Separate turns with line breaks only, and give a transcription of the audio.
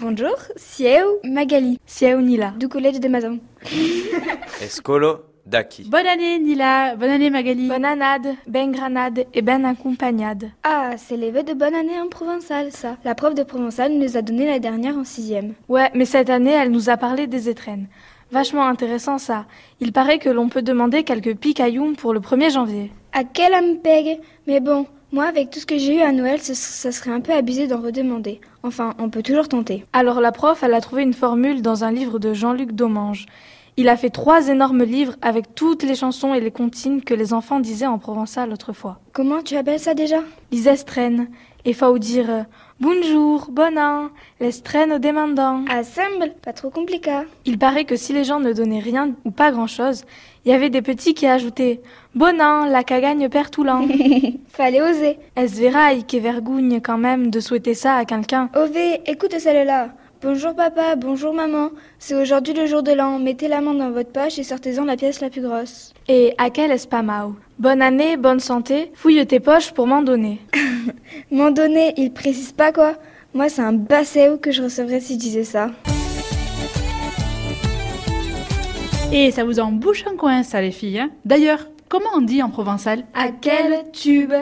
Bonjour, eu Magali. eu Nila. Du collège de Mazan.
Escolo daqui.
Bonne année Nila, bonne année Magali.
Bonanade, ben granade et ben accompagnade.
Ah, c'est l'évé de bonne année en provençal, ça. La prof de provençal nous a donné la dernière en sixième.
Ouais, mais cette année, elle nous a parlé des étrennes. Vachement intéressant ça. Il paraît que l'on peut demander quelques picailloux pour le 1er janvier.
À quel âme pègue Mais bon, moi, avec tout ce que j'ai eu à Noël, ce- ça serait un peu abusé d'en redemander. Enfin, on peut toujours tenter.
Alors la prof, elle a trouvé une formule dans un livre de Jean-Luc Domange. Il a fait trois énormes livres avec toutes les chansons et les comptines que les enfants disaient en provençal autrefois.
Comment tu appelles ça déjà
Les estrennes, et faut dire euh, bonjour, bon an, l'estreine au demandant.
Assemble, pas trop compliqué.
Il paraît que si les gens ne donnaient rien ou pas grand-chose, il y avait des petits qui ajoutaient bon an, la cagagne perd tout l'an.
Fallait oser.
Est-ce verraille qui vergogne quand même de souhaiter ça à quelqu'un
Ové, écoute celle-là. Bonjour papa, bonjour maman. C'est aujourd'hui le jour de l'an. Mettez la main dans votre poche et sortez-en la pièce la plus grosse.
Et à quel espamao Bonne année, bonne santé, fouille tes poches pour m'en donner.
M'en donné, il précise pas quoi. Moi, c'est un basséo que je recevrais si je disais ça.
Et ça vous embouche un coin ça les filles. hein. D'ailleurs, comment on dit en provençal
À quel tube